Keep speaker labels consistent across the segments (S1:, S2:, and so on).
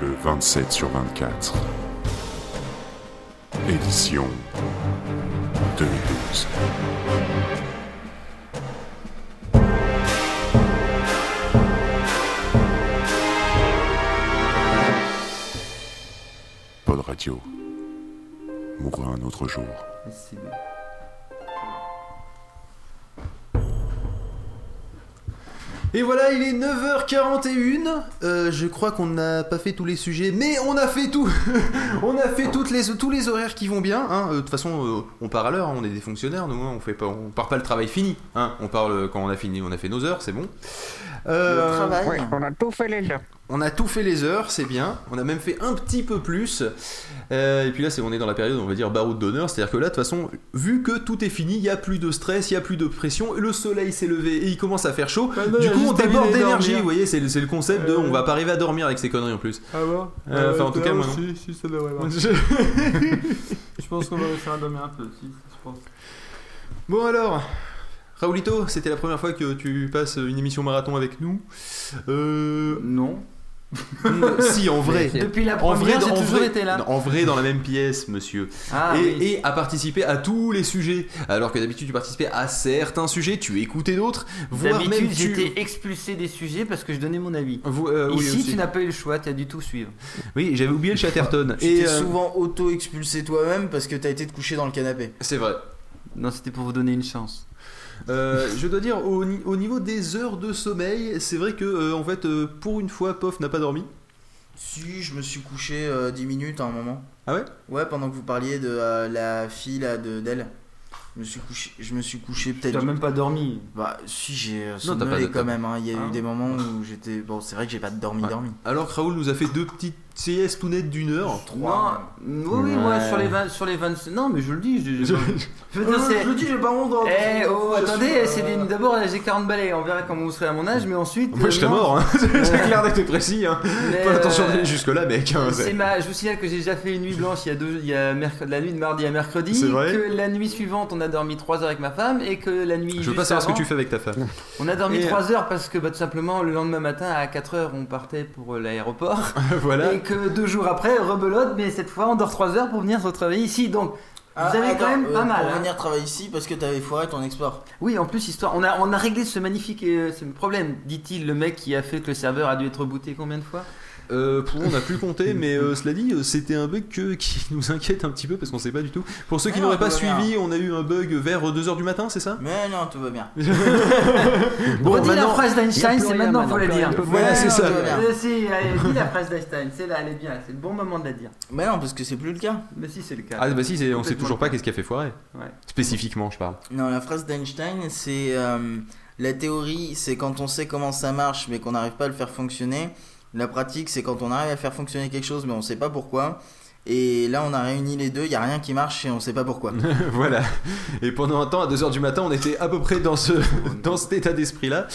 S1: le 27 sur 24. Édition 2012. Pod Radio. Mourra un autre jour.
S2: Et voilà, il est 9h41. Euh, je crois qu'on n'a pas fait tous les sujets, mais on a fait tout. on a fait toutes les, tous les horaires qui vont bien. hein. Euh, De toute façon, euh, on part à l'heure. hein. On est des fonctionnaires, nous. hein. On fait pas, on part pas le travail fini. hein. On parle quand on a fini. On a fait nos heures, c'est bon. Euh,
S3: Le travail.
S4: Oui, on a tout fait les deux.
S2: On a tout fait les heures, c'est bien. On a même fait un petit peu plus. Euh, et puis là, c'est on est dans la période, on va dire, baroud d'honneur. C'est-à-dire que là, de toute façon, vu que tout est fini, il n'y a plus de stress, il n'y a plus de pression, le soleil s'est levé et il commence à faire chaud.
S5: Ah
S3: euh,
S2: du coup, on déborde d'énergie, vous voyez, c'est le, c'est le concept de
S5: Euh,
S2: on va pas arriver à dormir avec ces conneries en plus.
S5: Ah bon
S2: Euh, enfin, en tout
S5: ouais,
S2: cas, moi,
S5: Si, si, ça devrait marcher. Je pense qu'on va réussir à dormir un peu, si, je pense.
S2: Bon alors, Raoulito, c'était la première fois que tu passes une émission marathon avec nous. Euh,
S3: Non.
S2: si, en vrai.
S3: Depuis la
S2: En
S3: première,
S2: vrai,
S3: j'ai
S2: en,
S3: toujours
S2: vrai,
S3: été là.
S2: non, en vrai, dans la même pièce, monsieur.
S3: Ah,
S2: et,
S3: oui.
S2: et à participer à tous les sujets. Alors que d'habitude, tu participais à certains sujets, tu écoutais d'autres, voire même
S3: D'habitude,
S2: tu-
S3: j'étais expulsé des sujets parce que je donnais mon avis.
S2: Vous- euh, oui,
S3: Ici,
S2: aussi.
S3: tu n'as pas eu le choix, tu as dû tout suivre.
S2: Oui, j'avais oublié le Chatterton.
S6: Tu t'es
S2: Et euh,
S6: souvent auto-expulsé toi-même parce que t'as été te coucher dans le canapé.
S2: c'est vrai.
S3: Non, c'était pour vous donner une chance.
S2: Euh, je dois dire, au, ni- au niveau des heures de sommeil, c'est vrai que, euh, en fait, euh, pour une fois, Pof n'a pas dormi.
S6: Si, je me suis couché euh, 10 minutes à un moment.
S2: Ah ouais
S6: Ouais, pendant que vous parliez de euh, la fille là, de d'elle. Je me suis couché, je me suis couché
S3: Tu
S6: peut-être.
S3: n'as même pas dormi.
S6: Bah si j'ai euh,
S2: Non, t'as pas
S6: somnolé
S2: de-
S6: quand même. hein. Il y a
S3: Ah.
S6: eu des moments où j'étais. Bon, c'est vrai que j'ai pas dormi,
S2: Ouais.
S6: dormi.
S2: Alors que Raoul nous a fait deux petites siestes tout nettes d'une heure.
S6: Trois.
S3: Non, oui, oui, moi,
S6: Ouais.
S3: sur les 20, sur les 20, non, mais je le dis, je, je- je veux dire,
S6: Euh,
S3: c'est.
S6: je le dis, j'ai pas honte. hein.
S3: Eh oh,
S6: Je suis,
S3: attendez,
S6: euh,
S3: c'est des- d'abord j'ai 40 balais, on verra comment vous serez à mon âge, mais ensuite.
S2: Moi,
S3: euh,
S2: je serais
S3: non,
S2: mort, hein. c'est clair d'être précis. Hein.
S3: mais,
S2: Pas attention
S3: euh,
S2: d'aller jusque-là, mec. hein,
S3: C'est
S2: c'est-
S3: ma, je vous signale que j'ai déjà fait une nuit blanche il y a deux, il y a mercredi, la nuit de mardi à mercredi,
S2: C'est vrai
S3: que la nuit suivante on a dormi 3 heures avec ma femme et que la nuit.
S2: Je veux
S3: juste
S2: pas savoir ce que
S3: avant,
S2: tu fais avec ta femme.
S3: On a dormi
S2: Et, euh,
S3: 3 heures parce que bah, tout simplement le lendemain matin à 4 heures on partait pour euh, l'aéroport
S2: voilà.
S3: et que deux jours après rebelote mais cette fois on dort 3 heures pour venir se retrouver ici donc
S6: ah,
S3: vous avez
S6: attends,
S3: quand même
S6: euh,
S3: pas mal.
S6: Pour
S3: hein.
S6: venir travailler ici parce que t'avais foiré ton export.
S3: Oui, en plus, histoire. On a, on a réglé ce magnifique euh, ce problème, dit-il, le mec qui a fait que le serveur a dû être rebooté combien de fois
S2: Euh, pour on n'a plus compté, mais euh, cela dit, euh, c'était un bug que- qui nous inquiète un petit peu parce qu'on sait pas du tout. Pour ceux qui
S6: Ah,
S2: n'auraient pas
S6: tout va bien.
S2: suivi, on a eu un bug vers 2h du matin, c'est ça
S6: Mais non, tout va bien.
S2: Bon,
S3: Redis la
S2: maintenant-
S3: phrase d'Einstein,
S4: Il y a plus
S3: c'est
S4: rien
S3: maintenant qu'il faut la
S4: maintenant,
S3: dire.
S4: il y a plus
S2: Voilà,
S6: Ouais,
S2: c'est
S6: non,
S2: ça.
S6: tout va bien.
S3: Euh, si, allez, dis la phrase d'Einstein, c'est là, elle est bien, c'est le bon moment de la dire.
S6: Mais non, parce que c'est plus le cas.
S3: Mais si, c'est le cas.
S2: Ah bah si, c'est- on sait
S3: Complètement.
S2: toujours pas qu'est-ce qui a fait foirer.
S3: Ouais.
S2: Spécifiquement, je parle.
S6: Non, la phrase d'Einstein, c'est euh, la théorie, c'est quand on sait comment ça marche, mais qu'on n'arrive pas à le faire fonctionner. La pratique, c'est quand on arrive à faire fonctionner quelque chose, mais on ne sait pas pourquoi. Et là, on a réuni les deux, il n'y a rien qui marche et on ne sait pas pourquoi.
S2: voilà. Et pendant un temps, à 2h du matin, on était à peu près dans, ce, dans cet état d'esprit-là.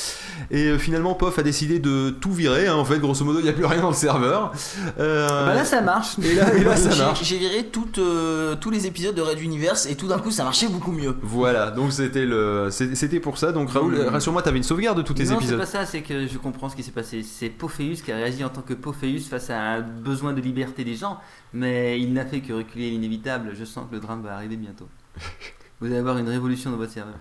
S2: Et euh, finalement, Pof a décidé de tout virer. hein. En fait, grosso modo, il n'y a plus rien dans le serveur. Euh,
S3: Bah là, ça marche.
S2: et là, et là, ça
S6: J'ai-
S2: marche.
S6: J'ai viré toutes, euh, tous les épisodes de Red Universe et tout d'un coup, ça marchait beaucoup mieux.
S2: Voilà, donc c'était le, c'est- c'était pour ça. Donc Raoul, rassure-moi, t'avais une sauvegarde de tous tes
S3: non, c'est
S2: épisodes.
S3: pas ça, c'est que je comprends ce qui s'est passé. C'est Pophéus qui a réagi en tant que Pophéus face à un besoin de liberté des gens, mais il n'a fait que reculer l'inévitable. Je sens que le drame va arriver bientôt. Vous allez avoir une révolution dans votre serveur.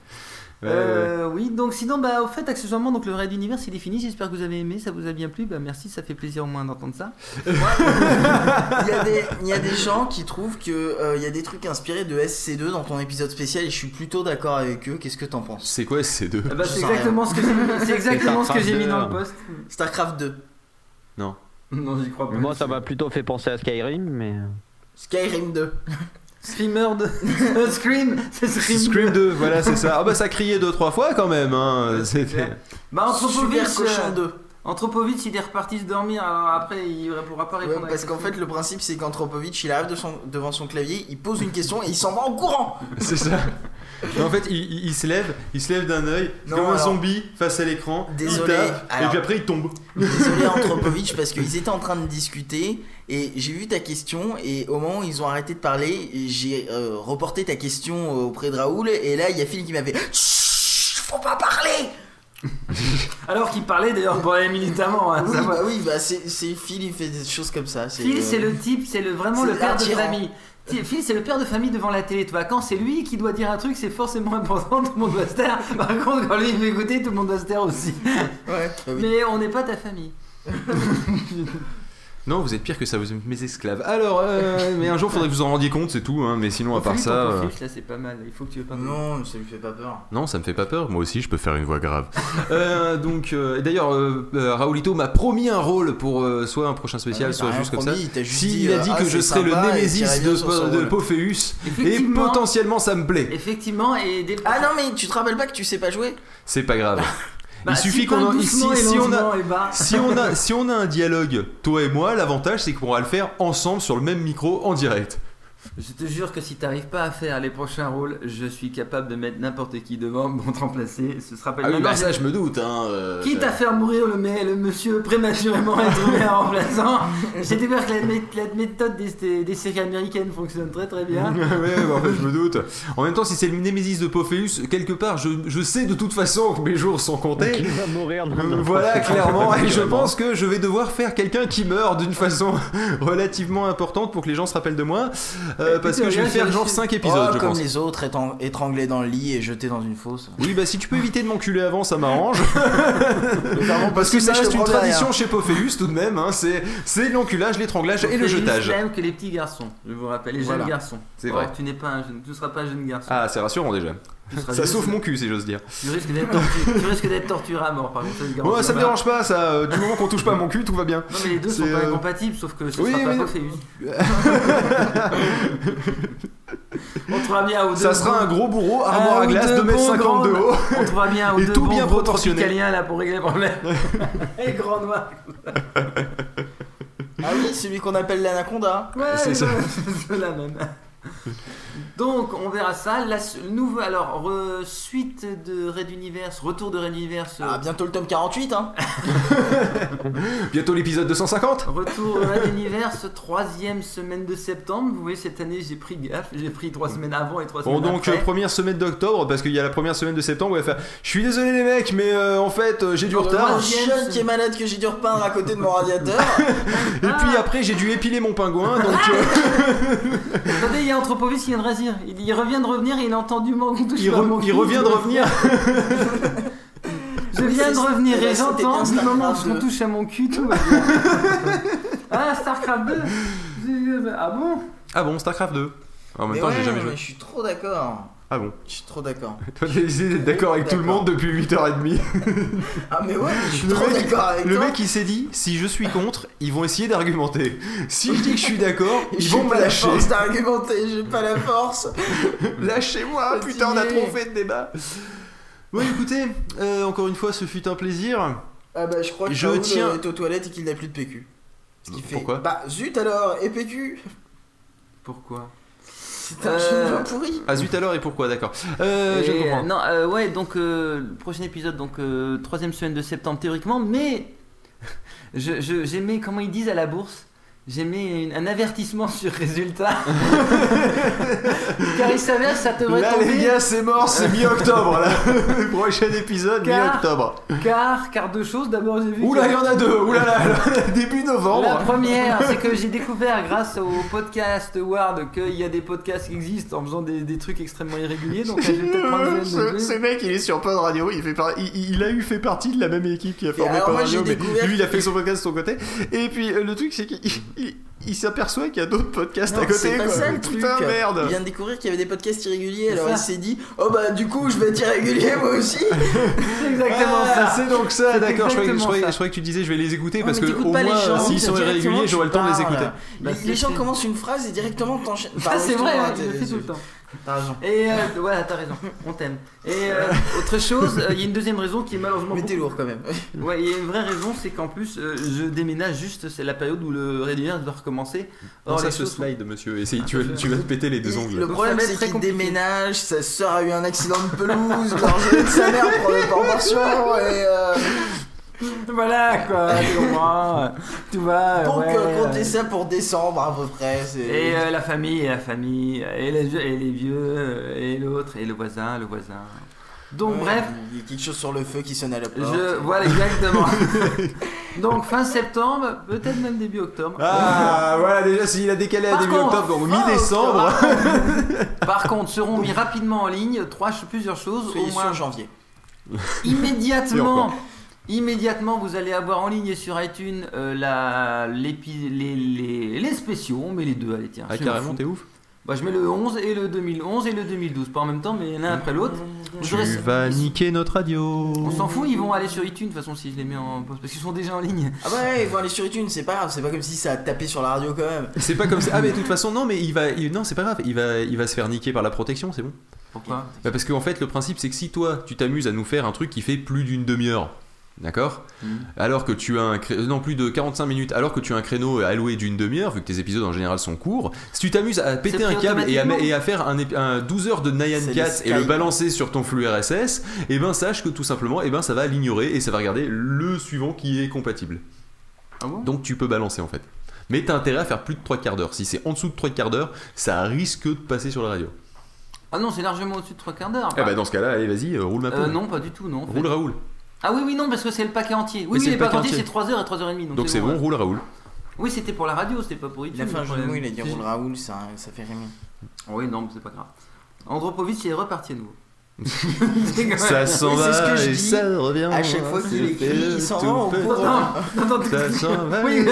S2: Ouais, ouais, ouais.
S3: Euh, Oui, donc sinon, bah, au fait, accessoirement, donc le raid d'univers il est fini. J'espère que vous avez aimé, ça vous a bien plu. Bah, merci, ça fait plaisir au moins d'entendre ça.
S6: Il y, a des- il y a des gens qui trouvent qu'il il y a des trucs inspirés de SC2 dans ton épisode spécial et je suis plutôt d'accord avec eux. Qu'est-ce que t'en penses
S2: C'est quoi ces deux
S3: Ah bah,
S6: Je
S3: c'est
S6: sens
S3: exactement ce que j'ai mis, c'est exactement ce que j'ai mis dans le post.
S6: Starcraft 2,
S3: Non, j'y crois pas.
S4: Moi, ça m'a plutôt fait penser à Skyrim, mais.
S6: Skyrim 2.
S3: Streamer de. Scream C'est Scream.
S2: Scream 2, voilà, c'est ça. Ah bah ça criait deux trois fois quand même. Hein. C'était.
S3: clair. Bah,
S6: Super
S3: Anthropovitch,
S6: Cochon
S3: euh,
S6: 2.
S3: Anthropovitch, il est reparti se dormir, alors après, il ne pourra pas
S6: Ouais,
S3: répondre. à
S6: parce
S3: la
S6: qu'en
S3: question.
S6: fait, le principe, c'est qu'Anthropovitch, il arrive de son- devant son clavier, il pose une question et il s'en va en courant.
S2: C'est ça. Et en fait, il, il- il se lève, il se lève d'un œil,
S6: Non,
S2: comme un
S6: alors-
S2: zombie face à l'écran.
S6: Désolé,
S2: Il tape, et
S6: alors-
S2: puis après il tombe.
S6: Désolé, Anthropovitch, parce qu'ils étaient en train de discuter et j'ai vu ta question. Et au moment où ils ont arrêté de parler, j'ai euh, reporté ta question auprès de Raoul. Et là, il y a Phil qui m'avait Chut, faut pas parler
S3: Alors qu'il parlait d'ailleurs pour aller militamment. hein,
S6: Oui,
S3: ça va.
S6: bah oui, bah c'est c'est Phil, il fait des choses comme ça.
S3: Phil, c'est le type, c'est le, vraiment
S6: c'est
S3: le père de
S6: attirant.
S3: famille. Ti- Phil, c'est le père de famille devant la télé. Tu vois, quand c'est lui qui doit dire un truc, c'est forcément important, tout le monde doit se taire. Par contre, quand lui il veut écouter, tout le monde doit se taire aussi.
S6: Ouais, bah oui.
S3: Mais on n'est pas ta famille.
S2: Non, vous êtes pire que ça, vous êtes mes esclaves. Alors, euh, mais un jour, faudrait que vous en rendiez compte, c'est tout. Hein, mais sinon, à part
S3: Philippe,
S2: ça,
S3: on
S2: euh,
S3: t'en fiche, là, c'est pas mal. Il faut que tu veux pas.
S6: Non, ça lui fait pas peur.
S2: non, ça me fait pas peur. Moi aussi, je peux faire une voix grave. Euh, donc, euh, et d'ailleurs, euh, euh, Raoulito m'a promis un rôle pour euh, soit un prochain spécial,
S6: Ah,
S2: soit
S6: t'as rien
S2: juste comme ça.
S6: promis, t'as juste
S2: S'il a
S6: euh,
S2: dit
S6: ah,
S2: que
S6: c'est
S2: je serais le
S6: sympa, et qu'il
S2: Némésis
S6: revient
S2: de,
S6: sur son
S2: de
S6: rôle.
S2: Pophéus, et
S3: Effectivement.
S2: potentiellement, ça me plaît.
S3: Effectivement, et des.
S6: Ah non, mais tu te rappelles pas que tu sais pas jouer
S2: C'est pas grave.
S3: Bah,
S2: Il
S3: si
S2: suffit
S3: pas
S2: qu'on en-
S3: doucement
S2: si-
S3: et
S2: si on a-
S3: lentement, eh ben,
S2: Si on, a, si on a un dialogue, toi et moi, l'avantage c'est qu'on pourra le faire ensemble sur le même micro en direct.
S3: Je te jure que si t'arrives pas à faire les prochains rôles, je suis capable de mettre n'importe qui devant pour te remplacer. Ce sera pas
S2: Ah
S3: le même ordre.
S2: je me doute. Hein,
S3: Quitte à faire mourir le, mé- le monsieur prématurément et trouver un remplaçant, j'ai découvert que la, mé- la méthode des, des- des séries américaines fonctionne très très bien.
S2: bah, en fait, je me doute. En même temps, si c'est le Némésis de Pophéus, quelque part, je, je sais de toute façon que mes jours sont comptés.
S4: Qui va mourir dans
S2: Euh,
S4: un
S2: Voilà,
S4: instant.
S2: clairement, et je pense que je vais devoir faire quelqu'un qui meurt d'une façon relativement importante pour que les gens se rappellent de moi, euh,
S3: Et
S2: parce
S3: puis,
S2: que je vais
S3: regarde,
S2: faire
S3: c'est-
S2: genre 5 épisodes,
S6: Oh,
S2: je
S6: comme
S2: pense.
S6: les autres, étang- étranglé dans le lit et jeté dans une fosse.
S2: Oui, bah si tu peux éviter de m'enculer avant, ça m'arrange. Parce que ça
S6: je hein. te
S2: reste une
S6: prends derrière.
S2: tradition chez Pophéus tout de même, hein, c'est, c'est l'enculage, l'étranglage et le
S3: Félix,
S2: jetage.
S3: même que les petits garçons, je vous rappelle, les
S6: Voilà.
S3: jeunes garçons.
S2: C'est
S3: Or,
S2: vrai.
S3: Tu n'es pas un jeune- tu ne seras pas un jeune garçon.
S2: Ah, c'est rassurant déjà.
S3: Tu seras
S2: Ça
S3: juste-
S2: sauve mon cul si j'ose dire.
S3: Tu risques d'être tortu- tu risques d'être torturé à mort par contre. je te
S2: Bon,
S3: garantis.
S2: ça me dérange pas, ça. euh, Du moment qu'on touche pas à mon cul, tout va bien.
S3: Non mais les deux sont
S2: C'est,
S3: pas
S2: euh,
S3: incompatibles, sauf que ce
S2: oui,
S3: sera pas
S2: mais-
S3: Pophéus. On trouvera bien aux deux.
S2: Ça sera un
S3: bons-
S2: gros bourreau, armoire
S3: Ah,
S2: à
S3: ou
S2: glace,
S3: deux
S2: 2m50 de
S3: bons
S2: haut.
S3: On trouvera bien aux
S2: Et
S3: deux
S2: tout
S3: bons
S2: bien
S3: gros
S2: proportionné.
S3: tropicaliens, là pour régler le problème. Et grand noir.
S6: Ah oui, celui qu'on appelle l'anaconda.
S3: Ouais,
S2: C'est
S3: c'est
S2: ça.
S3: la même. Donc, on verra ça. La s- nouveau, alors, re- suite de Red Universe, retour de Red Universe,
S6: Ah, bientôt le tome 48, hein
S2: Bientôt l'épisode 250.
S3: euh, retour de Red Universe, troisième semaine de septembre. Vous voyez, cette année, j'ai pris gaffe. J'ai pris trois semaines avant et trois
S2: Mm. Bon,
S3: semaines
S2: donc, euh,
S3: après.
S2: première semaine d'octobre, parce qu'il y a la première semaine de septembre, on va faire. Je suis désolé, les mecs, mais euh, en fait, euh, j'ai du
S3: Non,
S2: retard.
S6: Un jeune qui est malade que j'ai dû repeindre à côté de mon radiateur.
S2: Et puis après, j'ai dû épiler mon pingouin, donc. euh,
S3: Attendez, il y a Anthropovis qui vient de rasir. Il, il revient de revenir et il entend du manque de
S2: il, re- il revient de revenir.
S3: Je viens
S6: Oui,
S3: de
S6: c'est-
S3: revenir
S6: c'est-
S3: et
S6: c'était
S3: j'entends
S6: bien
S3: du moment
S6: Starcraft
S3: où on
S6: 2.
S3: touche à mon cul, tout va bien. Ah, StarCraft 2 J'ai- Ah bon
S2: Ah bon, StarCraft 2. En même
S6: Mais
S2: temps,
S6: ouais,
S2: j'ai jamais joué.
S6: mais je suis trop d'accord.
S2: Ah bon.
S6: Je suis trop d'accord.
S2: Toi, t'as décidé d'être d'accord avec tout le monde depuis 8h30.
S6: Ah, mais ouais, mais je suis
S2: Le
S6: trop
S2: mec-
S6: d'accord avec
S2: Le
S6: toi.
S2: mec, il s'est dit si je suis contre, ils vont essayer d'argumenter. Si je dis que je suis d'accord, ils
S6: J'ai
S2: vont
S6: pas
S2: me
S6: la
S2: lâcher.
S6: force d'argumenter, j'ai pas la force.
S2: Lâchez-moi,
S6: Fatigué.
S2: putain, on a trop fait de débat. Bon, écoutez, euh, encore une fois, ce fut un plaisir.
S6: Ah bah je crois que
S2: Je
S6: Raoul
S2: tiens-
S6: euh, est aux toilettes et qu'il n'a plus de PQ. Ce qui fait...
S2: Pourquoi
S6: Bah zut alors, et PQ
S3: Pourquoi
S6: C'est un jeu
S3: Euh,
S6: de pourri.
S2: À suite alors et pourquoi, d'accord. Euh, je
S3: Et,
S2: comprends.
S3: euh, non, euh, ouais, donc euh, le prochain épisode, donc euh, troisième semaine de septembre théoriquement, mais je- je- j'aimais comment ils disent à la bourse. J'aimais une- un avertissement sur résultat. Car il s'avère que ça devrait
S2: Là,
S3: tomber.
S2: les gars, c'est mort, c'est mi-octobre. là. Le prochain épisode,
S3: Car-
S2: mi-octobre.
S3: Car, car deux choses. D'abord, j'ai vu.
S2: Oula,
S3: que-
S2: il y en a deux. Oula, là, là, début
S3: La
S2: novembre.
S3: première, c'est que j'ai découvert grâce au podcast Ward qu'il y a des podcasts qui existent en faisant des, des trucs extrêmement irréguliers. Donc là, je vais peut-être prendre une
S2: Ce,
S3: nouvelle.
S2: ce mec, il est sur Pod Radio. Il, fait par- il, il a eu fait partie de la même équipe qui a formé
S6: alors,
S2: Pod
S6: moi,
S2: Radio.
S6: j'ai
S2: mais
S6: découvert-
S2: lui, il a fait son podcast de son côté. Et puis, euh, le truc, c'est qu'il il, il s'aperçoit qu'il y a d'autres podcasts
S6: Non,
S2: à côté.
S6: c'est pas
S2: quoi.
S6: ça le truc.
S2: Putain,
S6: Il
S2: merde.
S6: vient de découvrir qu'il y avait des podcasts irréguliers, alors
S3: ça. Bah,
S6: il s'est dit Oh bah du coup je vais être irrégulier moi aussi
S3: C'est exactement
S2: Ah,
S3: ça.
S2: C'est donc ça,
S3: C'est
S2: d'accord. Je, croyais que- je
S3: exactement
S2: croyais-
S3: ça.
S2: je croyais que tu disais je vais les écouter
S6: Non,
S2: parce
S6: mais
S2: que
S6: t'écoutes
S2: au
S6: pas les gens,
S2: moins s'ils
S6: t'as
S2: sont
S6: directement,
S2: irréguliers,
S6: tu
S2: j'aurai le temps de les
S6: parles.
S2: écouter.
S3: Bah,
S6: les, les
S3: c'est-
S6: gens
S3: c'est-
S6: commencent une phrase et directement t'enchaînent.
S3: Ah, c'est vrai,
S6: excuse-moi,
S3: je le fais tout le temps.
S6: T'as raison.
S3: Et euh, voilà, t'as raison, on t'aime. Et euh, autre chose, euh, il y a une deuxième raison qui est malheureusement.
S6: Mais t'es
S3: beaucoup-
S6: lourd quand même.
S3: Ouais, il y a une vraie raison, c'est qu'en plus, euh, je déménage juste, c'est la période où le réduire doit recommencer.
S2: Non,
S3: Or,
S2: ça
S3: les
S2: se
S3: choses sont-
S2: slide, monsieur. Essaye, tu, vas, tu vas te péter les deux
S6: Il-
S2: ongles.
S6: Le problème
S3: va être
S6: c'est
S3: très
S6: qu'il
S3: compliqué.
S6: déménage, sa sœur a eu un accident de pelouse, l'enjeu de sa mère pour les proportions et euh,
S3: Voilà quoi, tu comprends. Tu vois.
S6: donc
S3: ouais,
S6: euh, comptez
S3: euh,
S6: ça pour décembre à peu près. c'est-
S3: Et euh, la famille, et la famille, et les, vieux- et les vieux, euh, et l'autre, et le voisin, le voisin. Donc
S6: Ouais,
S3: bref,
S6: Il y a quelque chose sur le feu qui sonne à
S2: Oh.
S6: la porte.
S3: je voilà exactement. Donc fin septembre, peut-être même début octobre.
S2: Ah, voilà, déjà, s'il a décalé à
S3: Par
S2: début
S3: contre,
S2: octobre, donc
S3: fin
S2: mi-décembre.
S3: octobre. Oh, Par contre, seront mis rapidement en ligne trois plusieurs choses au
S6: Soyez
S3: moins
S6: sûr, janvier.
S2: Et
S3: immédiatement.
S2: encore.
S3: Immédiatement, vous allez avoir en ligne et sur iTunes euh, la, l'épi- les, les, les spéciaux. On met les deux, allez, tiens.
S2: Ah,
S3: je m'en
S2: carrément,
S3: fous.
S2: t'es ouf.
S3: Bah, je mets le 11 et le 2011 et le 2012, pas en même temps, mais l'un
S6: Mmh.
S3: après l'autre.
S2: Tu
S3: J'aurais-
S2: vas niquer notre radio.
S3: On s'en fout, ils vont aller sur iTunes de toute façon si je les mets en poste parce qu'ils sont déjà en ligne.
S6: Ah bah ouais, ils vont aller sur iTunes, c'est pas grave, c'est pas comme si ça a tapé sur la radio quand même.
S2: C'est pas comme ça. Ah, mais de toute façon, non, mais il va. il- Non, c'est pas grave. Il va, il va se faire niquer par la protection, c'est bon.
S3: Pourquoi
S2: Bah, parce qu'en fait, le principe, c'est que si toi, tu t'amuses à nous faire un truc qui fait plus d'une demi-heure, d'accord
S6: Mm.
S3: Mhm.
S2: Alors que tu as un cré- non plus de 45 minutes, alors que tu as un créneau alloué d'une demi-heure, vu que tes épisodes en général sont courts, si tu t'amuses à péter
S3: pris
S2: un câble et à,
S3: automatiquement.
S2: et à faire un, ép- un 12 heures de Nyan
S6: C'est
S2: Cat
S6: le
S2: et le
S6: Skype.
S2: balancer sur ton flux RSS, et ben sache que tout simplement, et ben ça va l'ignorer et ça va regarder le suivant qui est compatible.
S3: Ah bon
S2: Donc tu peux balancer en fait. Mais t'as intérêt à faire plus de 3 quarts d'heure. Si c'est en dessous de 3 quarts d'heure, ça risque de passer sur la radio.
S3: Ah non, c'est largement au-dessus de trois quarts d'heure.
S2: Eh bah dans ce cas-là, allez vas-y, euh, roule ma peau.
S3: Euh, non, pas du tout, non. en fait.
S2: Roule Raoul.
S3: Ah oui, oui, non, parce que c'est le paquet entier.
S2: Mais
S3: Oui, oui,
S2: c'est
S3: le
S2: le paquet
S3: paquet entier,
S2: entier.
S3: c'est 3h et 3h30. Donc,
S2: Donc c'est bon, roule Raoul.
S3: Oui, c'était pour la radio, c'était pas pour iTunes.
S6: Il a fait un
S3: le
S6: jeu de mots,
S3: problème.
S6: il a dit roule Raoul, ça, ça fait rimer.
S3: Oui, non, mais c'est pas grave. Andropovitch est reparti à nouveau. C'est quand même-
S2: Ça s'en
S6: Mais c'est ce
S2: va
S6: que je
S2: et
S6: dis
S2: ça revient.
S6: à chaque fois qu'il
S2: C'est
S6: écrit,
S2: fait
S6: il s'en
S2: tout
S6: va au
S2: petit.
S3: Non,
S6: pauvre.
S3: non, non, non,
S2: Ça s'en va.
S3: Oui,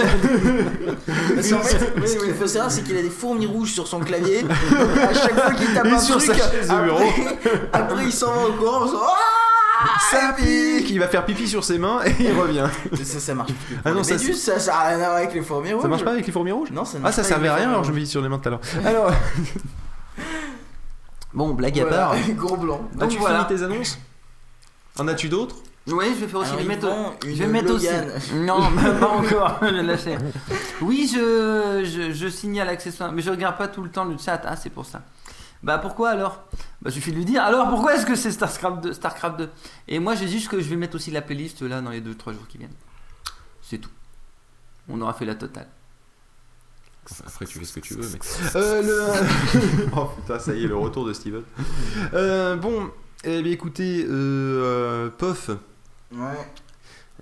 S6: Parce qu'en fait,
S3: Oui,
S6: ce
S3: oui.
S6: qu'il faut savoir, c'est qu'il a des fourmis rouges sur son clavier. à chaque fois qu'il tape
S2: Et
S6: un
S2: sur
S6: truc,
S2: sa chaise de bureau.
S6: après, après, il s'en va au courant en faisant Ah
S2: Ça pique Il va faire pipi sur ses mains et il revient.
S6: Ça, ça marche plus.
S2: Ah non,
S6: les
S2: ça,
S6: méduses, ça, ça a rien à voir avec les fourmis rouges.
S2: Ça marche pas avec les fourmis rouges
S6: Non, ça
S2: Ah,
S6: marche
S2: ça
S6: pas
S2: servait
S6: avec
S2: à
S6: les
S2: rien alors je
S6: fourmis
S2: me dis sur les mains tout à l'heure. Alors. Bon, blague
S6: rouges. Voilà, Gros blanc.
S3: Donc
S2: As-tu
S3: voilà.
S2: fini tes annonces En as-tu d'autres
S3: Oui, je vais faire aussi
S6: Alors,
S3: les
S6: ils
S3: métaux.
S6: font une
S3: Je vais mettre aussi.
S6: Logan.
S3: Non, pas encore, je vais lâcher. Oui, je, je, je signale accessoire, mais je regarde pas tout le temps le chat, ah, c'est pour ça. Bah pourquoi alors Bah suffit de lui dire. Alors pourquoi est-ce que c'est Starcraft 2, Starcraft 2 Et moi j'ai juste que je vais mettre aussi la playlist là dans les 2-3 jours qui viennent. C'est tout. On aura fait la totale.
S2: Après, tu fais ce que tu veux, mais. Euh, le... oh putain, ça y est, le retour de Steven. Euh, bon, eh bien, écoutez, euh, euh, Pof,
S6: Ouais.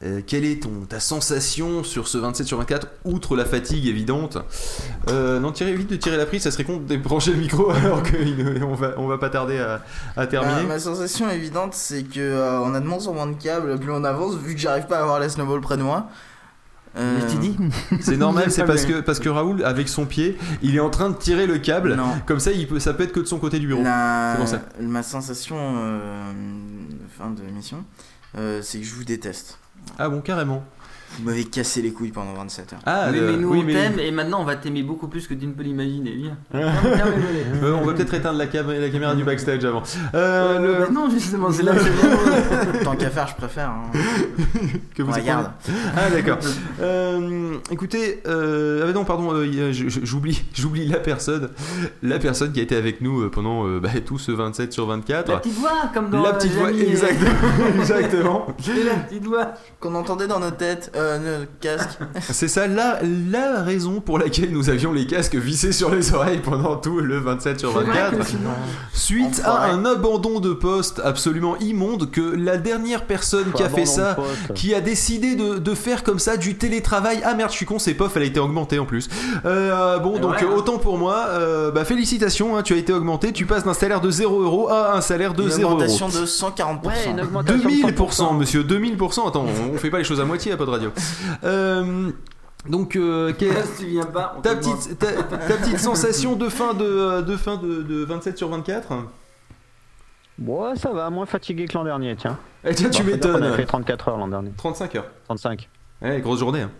S2: euh, quelle est ton, ta sensation sur ce 27 sur 24, outre la fatigue évidente euh, Non, tirez vite de tirer la prise, ça serait con de débrancher le micro alors qu'on va, on va pas tarder à, à terminer.
S3: Ah,
S6: Bah, ma sensation évidente, c'est que euh, on a de moins en moins de câbles, plus on avance, vu que j'arrive pas à avoir la snowball près de moi. Euh,
S3: Mais je t'ai dit
S2: C'est normal,
S3: J'aime
S2: c'est
S3: pas
S2: parce
S3: bien.
S2: que, parce que Raoul, avec son pied, il est en train de tirer le câble.
S6: Non.
S2: Comme ça, il peut, ça peut être que de son côté du bureau.
S6: La-
S2: C'est pour ça.
S6: Ma sensation euh, de fin de mission, euh, c'est que je vous déteste.
S2: Ah bon, carrément.
S6: Vous m'avez cassé les couilles pendant 27 heures.
S2: Ah,
S3: Oui,
S2: le-
S3: mais nous
S2: oui,
S3: on
S2: mais-
S3: t'aime et maintenant on va t'aimer beaucoup plus que tu ne peux l'imaginer. Viens. Viens, viens, viens.
S2: Euh, on va peut-être éteindre la, cam- la caméra du backstage avant. Euh, le-
S3: Bah non justement c'est là que c'est bien.
S6: Tant qu'à faire, je préfère. hein.
S2: que vous
S6: Regarde.
S2: écoutez. Ah d'accord. Euh, écoutez, euh, ah bah non pardon, euh, il y a- je- je- j'oublie, j'oublie la personne, la personne qui a été avec nous euh, pendant euh, bah, tout ce 27 sur 24.
S3: La petite voix comme dans
S2: La
S3: euh,
S2: petite voix,
S3: Jamie et-
S2: exactement, exactement.
S3: Et la petite voix.
S6: Qu'on entendait dans nos têtes, euh, nos casques.
S2: C'est ça la, la raison pour laquelle nous avions les casques vissés sur les oreilles pendant tout le 27 sur
S3: C'est vrai
S2: 24.
S3: que sinon-
S2: Suite
S6: Enfoiré.
S2: à un abandon de poste absolument immonde que la dernière personne qui a fait ça qui a décidé de, de faire comme ça du télétravail. Ah merde, je suis con, c'est pof, elle a été augmentée en plus. Euh, bon,
S3: Et
S2: donc
S3: ouais, hein.
S2: autant pour moi, euh, bah, félicitations, hein, tu as été augmenté, tu passes d'un salaire de 0 euros à un salaire de
S6: Une
S2: 0 euros.
S6: augmentation de 140%.
S4: Ouais, une augmentation
S2: 2000%, monsieur, 2000%. Attends, on, on fait pas les choses à moitié à Pod Radio. Euh, donc, euh,
S3: Là,
S2: qu'est-
S3: si tu viens pas, on
S2: ta,
S3: te demande.
S2: petite, ta, ta petite sensation de fin de, euh, de, fin de, de 27 sur 24
S4: Bon, ça va, moins fatigué que l'an dernier, tiens.
S2: Eh tiens, tu
S4: Bon, faut dire qu'on a
S2: m'étonnes.
S4: fait 34 heures l'an dernier.
S2: 35 heures.
S4: 35.
S2: Ouais, grosse journée. hein.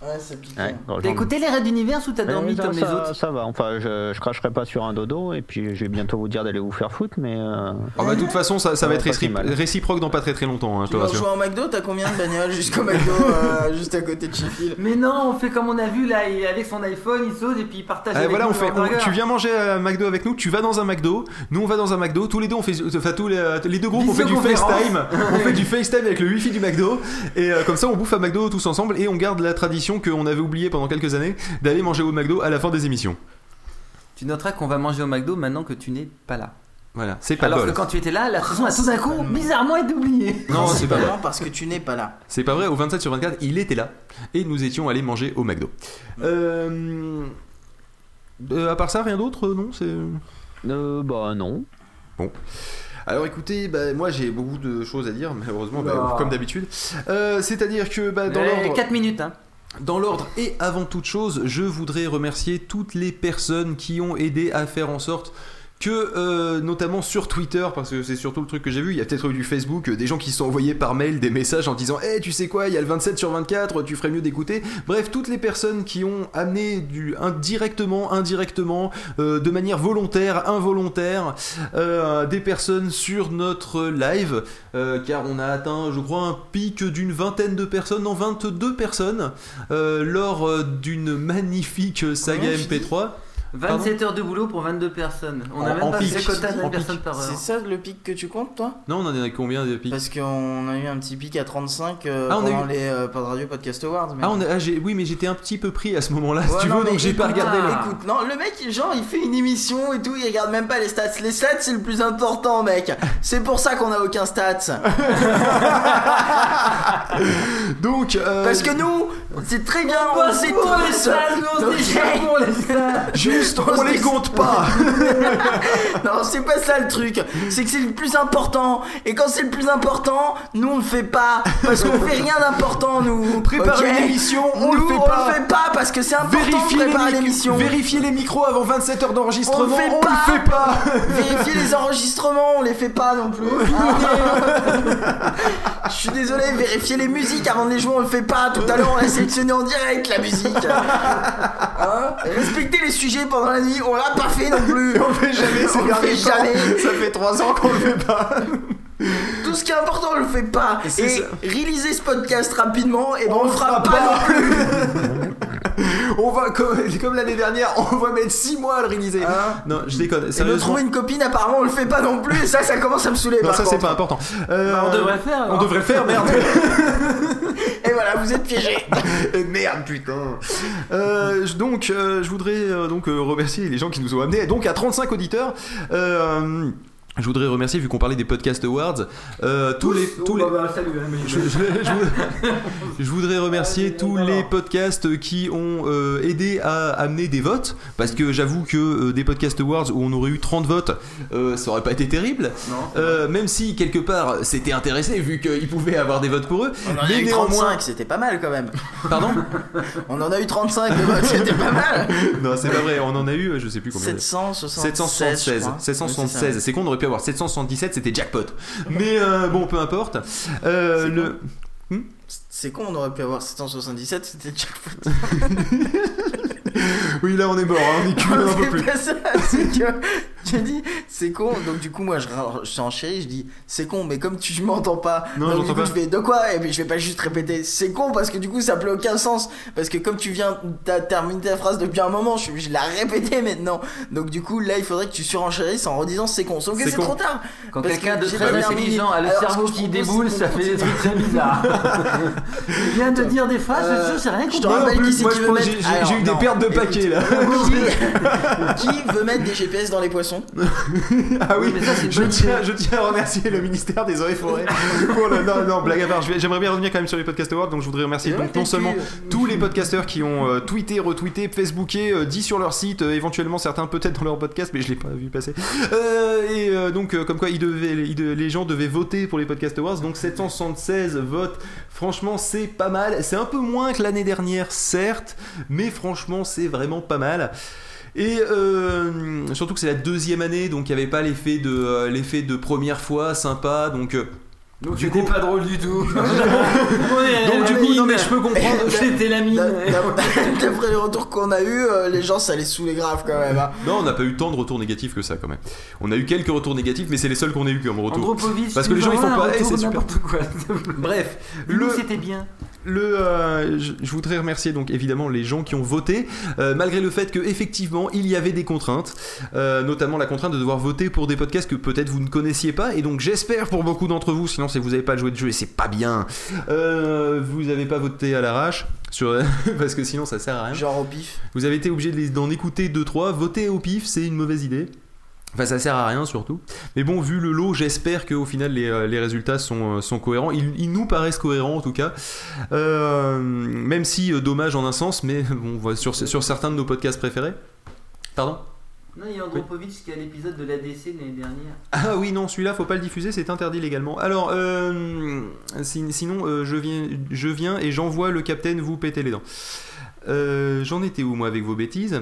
S6: Ouais, ça pique.
S4: Ouais, gros
S3: T'as
S4: journée.
S3: écouté les raids d'univers ou t'as
S4: Mais
S3: dormi
S4: ça,
S3: comme les
S2: euh,
S4: ça-
S3: autres
S4: Ça va, enfin, je, je cracherai pas sur un dodo, et puis je vais bientôt vous dire d'aller vous faire foutre, mais. euh,
S2: Ah bah de toute façon ça, ça va
S4: Ouais,
S2: être
S4: pas si
S2: récipro-
S4: mal.
S2: réciproque dans pas très très longtemps, hein, je
S6: Tu
S2: te
S6: vas
S2: rassure.
S6: jouer au McDo, t'as combien de bagnoles jusqu'au McDo, euh, juste à côté de Sheffield
S3: Mais non, on fait comme on a vu là, et avec son iPhone, il saute et puis il partage.
S2: Ah,
S3: avec
S2: voilà,
S3: nous
S2: on
S3: le
S2: fait, on-
S3: hamburger.
S2: tu viens manger à McDo avec nous, tu vas dans un McDo, nous on va dans un McDo, tous les deux on fait, enfin tous les, euh, les deux groupes on fait du
S3: Visioconférence.
S2: FaceTime, on fait du FaceTime avec le Wi-Fi du McDo, et euh, comme ça on bouffe à McDo tous ensemble et on garde la tradition qu'on avait oubliée pendant quelques années d'aller manger au McDo à la fin des émissions.
S3: Tu noteras qu'on va manger au McDo maintenant que tu n'es pas là.
S2: Voilà, c'est pas le
S3: Alors que
S2: bol. Mmh.
S3: quand tu étais là, la prison a tout d'un coup
S6: Principalement.
S3: bizarrement été oubliée.
S2: Non, c'est pas vrai.
S6: Principalement parce que tu n'es pas là.
S2: C'est pas vrai, au 27 sur 24, il était là et nous étions allés manger au McDo. Euh, euh, à part ça, rien d'autre, euh, non c'est...
S4: Euh, bah non.
S2: Alors écoutez, bah, moi j'ai beaucoup de choses à dire, malheureusement, bah,
S5: Oula.
S2: comme d'habitude. Euh, c'est-à-dire que bah, dans
S3: Mais
S2: l'ordre.
S3: 4 Eh, minutes, hein.
S2: Dans l'ordre et avant toute chose, je voudrais remercier toutes les personnes qui ont aidé à faire en sorte que, euh, notamment sur Twitter, parce que c'est surtout le truc que j'ai vu, il y a peut-être eu du Facebook, euh, des gens qui se sont envoyés par mail des messages en disant Eh, tu sais quoi, il y a le 27 sur 24, tu ferais mieux d'écouter. Bref, toutes les personnes qui ont amené du indirectement, indirectement, euh, de manière volontaire, involontaire, euh, des personnes sur notre live, euh, car on a atteint, je crois, un pic d'une vingtaine de personnes, non, 22 personnes, euh, lors euh, d'une magnifique saga
S6: Comment tu
S2: MP3.
S3: 27 heures de boulot pour 22 personnes. On
S2: En-
S3: a
S2: en
S3: même pas
S2: pic.
S3: fait quota
S2: En
S3: d'une personne
S2: pic.
S3: par heure.
S6: C'est ça le pic que tu comptes, toi
S2: Non, on en est à combien de pics
S6: Parce qu'on a eu un petit pic à 35 euh,
S2: Ah, on a
S6: pendant
S2: eu-
S6: les euh, Pod Radio Podcast Awards. mais-
S2: Ah, on a- ah, j'ai- oui, mais j'étais un petit peu pris à ce moment-là, si
S6: Ouais,
S2: tu
S6: non,
S2: veux,
S6: mais
S2: donc j'ai pas
S6: écoute,
S2: regardé.
S3: ah,
S2: les-
S3: là.
S6: Écoute, non, le mec, genre, il fait une émission et tout, il regarde même pas les stats. Les stats, c'est le plus important, mec. C'est pour ça qu'on a aucun stats.
S2: Donc, euh,
S6: Parce que nous, c'est très bien, on
S3: Bosse
S6: sait
S3: pour les
S6: tous.
S3: salles, nous, on
S6: Donc,
S3: se déchire pour les salles.
S2: juste, on les compte pas
S6: Non, c'est pas ça le truc. C'est que c'est le plus important. Et quand c'est le plus important, nous on le fait pas. Parce qu'on fait rien d'important, nous. On
S2: Prépare une émission, on le
S6: nous,
S2: fait
S6: on
S2: pas
S6: le fait pas parce que c'est important de
S2: Vérifier
S6: préparer
S2: les, mic-
S6: l'émission.
S2: vérifier les micros avant 27 heures d'enregistrement,
S6: On le fait
S2: on
S6: pas.
S2: le fait pas
S6: Vérifier les enregistrements, on les fait pas non plus. Ah. Je suis désolé, vérifier les musiques avant de les jouer, on le fait pas. Tout à l'heure, on l'a sélectionné en direct la musique. Hein Respecter les sujets pendant la nuit, on l'a pas fait non plus.
S2: On le fait jamais, c'est
S6: On le fait jamais.
S2: Ça fait 3 ans qu'on le fait pas.
S6: Tout ce qui est important, on le fait pas.
S2: c'est
S6: Et
S2: ça.
S6: réaliser ce podcast rapidement, et ben on, le fera pas. non plus.
S2: On va, comme, comme l'année dernière, on va mettre 6 mois à le réaliser.
S6: Hein
S2: non, je déconne.
S6: Et me
S2: Sérieusement.
S6: trouver une copine, apparemment, on le fait pas non plus. Et ça, ça commence à me saouler.
S2: Non,
S6: par
S2: ça c'est
S6: contre.
S2: pas important. Euh,
S3: Bah, on devrait le faire.
S2: on
S3: alors.
S2: devrait le faire, merde.
S6: Et voilà, vous êtes piégés.
S2: Euh, merde, putain. Euh, je- donc, euh, je voudrais euh, donc euh, remercier les gens qui nous ont amenés donc à 35 auditeurs. Euh, je voudrais remercier, vu qu'on parlait des podcast awards, euh, tous les tous les
S5: bah, bah, salut, hein, mais-
S2: je, je- je vou- je voudrais remercier tous les podcasts qui ont euh, aidé à amener des votes, parce que j'avoue que euh, des podcast awards où on aurait eu 30 votes, euh, ça aurait pas été terrible.
S6: Non.
S2: Euh, même si quelque part c'était intéressé vu qu'ils pouvaient avoir des votes pour eux.
S6: On en a
S2: mais
S6: eu
S2: néanmoins,
S6: 35, c'était pas mal quand même.
S2: pardon
S6: On en a eu 35, les votes, c'était pas mal.
S2: Non, c'est pas vrai. On en a eu, euh, je sais plus combien.
S6: 776.
S2: 776,
S6: je crois.
S2: 776, c'est con, on aurait pu avoir 777, c'était jackpot. Mais euh, bon, peu importe. Euh,
S6: C'est
S2: le...
S6: C'est con, on aurait pu avoir 777, c'était jackpot.
S2: Oui, là on est mort, hein, on est culé un peu plus.
S6: C'est pas ça, c'est que j'ai dit c'est con, donc du coup moi je j'enchéris, je dis c'est con, mais comme tu m'entends pas,
S2: Non,
S6: donc, du
S2: j'entends
S6: coup
S2: pas.
S6: je fais de quoi Et puis je vais pas juste répéter c'est con parce que du coup ça n'a plus aucun sens parce que comme tu viens t'as terminé ta phrase depuis un moment, je suis obligé de la répéter maintenant. Donc du coup là il faudrait que tu surenchérisses en redisant c'est con, sauf que
S2: C'est
S6: c'est
S2: con.
S6: trop tard.
S3: Quand
S6: Parce
S3: quelqu'un
S6: que
S3: de
S6: j'ai
S3: très
S6: pas
S3: intelligent a le
S6: Alors,
S3: cerveau
S6: ce que je
S3: qui
S6: propose,
S3: déboule,
S6: c'est
S3: ça
S6: qu'on
S3: fait des trucs très bizarres. Il vient de dire des phrases, je sais rien
S6: je te
S3: compris.
S2: Moi, en
S6: rappelle qui
S2: plus,
S6: c'est
S2: moi,
S6: qui
S2: je
S6: veut
S2: pense- j'ai-
S6: mettre-
S2: j'ai- j'ai eu
S6: Alors,
S2: des
S6: non,
S2: pertes de
S6: écoute.
S2: paquets là.
S6: qui veut mettre des GPS dans les poissons
S2: Ah oui,
S3: Oui, mais ça, c'est une
S2: je,
S3: bonne
S2: tiens, je tiens à remercier le ministère des Eaux et Forêts. pour le- non, non, blague à part, je vais- j'aimerais bien revenir quand même sur les Podcast Awards, donc je voudrais remercier donc, non seulement tous les podcasteurs qui ont euh, tweeté, retweeté, facebooké, euh, dit sur leur site, euh, éventuellement certains peut-être dans leur podcast, mais je l'ai pas vu passer. Euh, et euh, donc, euh, comme quoi, ils devaient, ils de- les gens devaient voter pour les Podcast Awards, donc 776 votes. Franchement, c'est pas mal. C'est un peu moins que l'année dernière, certes, mais franchement, c'est vraiment pas mal. Et euh, surtout que c'est la deuxième année, donc il n'y avait pas l'effet de, euh, l'effet de première fois sympa, donc. euh,
S3: Donc
S2: Du
S3: c'était
S2: coup-
S3: pas drôle du tout.
S2: donc
S3: Donc
S2: du coup, non mais je peux comprendre.
S3: C'était la mine.
S6: D'a- d'a- D'après les retours qu'on a eu, euh, les gens ça les saoulait grave quand même. hein.
S2: Non, on n'a pas eu tant de retours négatifs que ça quand même. On a eu quelques retours négatifs, mais c'est les seuls qu'on ait eu comme retour.
S3: Andropovitch,
S2: Parce que les gens, ils font pas, Eh, c'est super.
S3: n'importe quoi.
S2: Bref,
S3: Lui
S2: le,
S3: c'était bien.
S2: le, euh, je je voudrais remercier donc évidemment les gens qui ont voté, euh, malgré le fait que effectivement il y avait des contraintes, euh, notamment la contrainte de devoir voter pour des podcasts que peut-être vous ne connaissiez pas, et donc j'espère pour beaucoup d'entre vous, sinon si vous n'avez pas joué de jeu et c'est pas bien, euh, vous n'avez pas voté à l'arrache, sur... parce que sinon ça sert à rien.
S6: Genre au pif.
S2: Vous avez été obligé de les- d'en écouter 2-3. Voter au pif, c'est une mauvaise idée. Enfin, ça sert à rien surtout. Mais bon, vu le lot, j'espère qu'au final les, euh, les résultats sont, euh, sont cohérents. Ils, ils nous paraissent cohérents en tout cas. Euh, même si euh, dommage en un sens, mais bon, voilà, sur, sur certains de nos podcasts préférés. Pardon
S3: Non, il y a Andropovitch qui a l'épisode de l'ADC de l'année dernière.
S2: Ah oui, non, celui-là, faut pas le diffuser, c'est interdit légalement. Alors, euh, sin- sinon, euh, je, viens, je viens et j'envoie le capitaine vous péter les dents. Euh, J'en étais où, moi, avec vos bêtises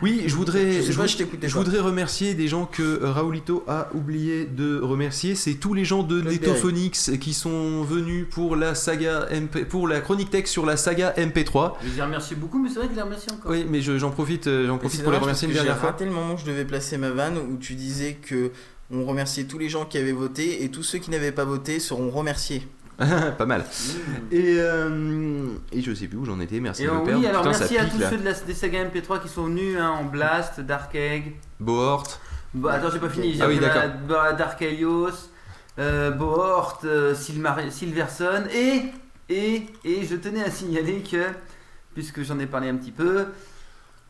S2: Oui, je voudrais.
S6: Je sais
S2: je
S6: pas,
S2: vou-
S6: je t'écoutais
S2: je
S6: pas.
S2: voudrais remercier des gens que Raoulito a oublié de remercier. C'est tous les gens de
S6: Claude
S2: Netophonix qui sont venus pour la saga MP, pour la chronique tech sur la saga MP3.
S3: Je les ai remerciés beaucoup, mais c'est vrai que je les remercie encore.
S2: Oui, mais je- j'en profite, euh, j'en
S6: Et c'est
S2: profite pour les
S6: dommage
S2: remercier une
S6: parce que
S2: dernière
S6: J'ai
S2: fois.
S6: raté le moment où je devais placer ma vanne où tu disais que on remerciait tous les gens qui avaient voté et tous ceux qui n'avaient pas voté seront remerciés.
S2: Pas mal.
S3: Mmh.
S2: Et, euh, et je sais plus où j'en étais. Merci
S3: Et
S2: de me
S3: alors,
S2: perdre.
S3: oui, alors
S2: Putain, ça
S3: merci à
S2: pique,
S3: tous
S2: là.
S3: ceux de la, des sagas MP3 qui sont venus hein, en Blast, Dark Egg.
S2: Bohort.
S3: Bah, attends, j'ai pas fini. J'ai
S2: Ah oui,
S3: appelé
S2: d'accord.
S3: ma- bah, Dark Helios, euh, Bohort, euh, Silmar- Silverson. Et, et, et je tenais à signaler que, puisque j'en ai parlé un petit peu,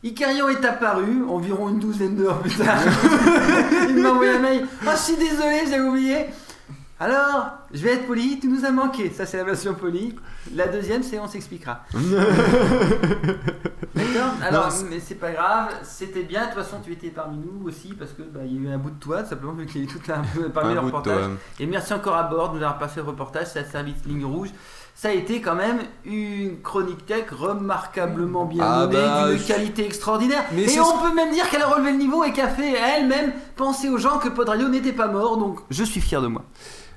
S3: Icarion est apparu environ une douzaine d'heures plus tard. Il m'a envoyé un mail. Oh, je suis désolé, j'avais oublié. Alors, je vais être poli, tu nous as manqué. Ça, c'est la version polie. La deuxième, c'est on s'expliquera. D'accord Alors,
S2: Non, c'est-
S3: mais c'est pas grave, c'était bien. De toute façon, tu étais parmi nous aussi parce que bah, il y a eu un bout de toi, tout simplement, vu qu'il est tout un peu parmi
S2: Un
S3: le
S2: bout de
S3: reportage.
S2: toi.
S3: Et merci encore à bord de nous avoir passé le reportage, ça a servi de ligne rouge. Ça a été quand même une chronique tech remarquablement bien
S2: Ah
S3: menée,
S2: bah,
S3: d'une
S2: je-
S3: qualité extraordinaire.
S2: Mais
S3: et
S2: c'est
S3: on peut même dire qu'elle a relevé le niveau et qu'a fait elle-même penser aux gens que Pod Radio n'était pas mort, donc je suis fier de moi.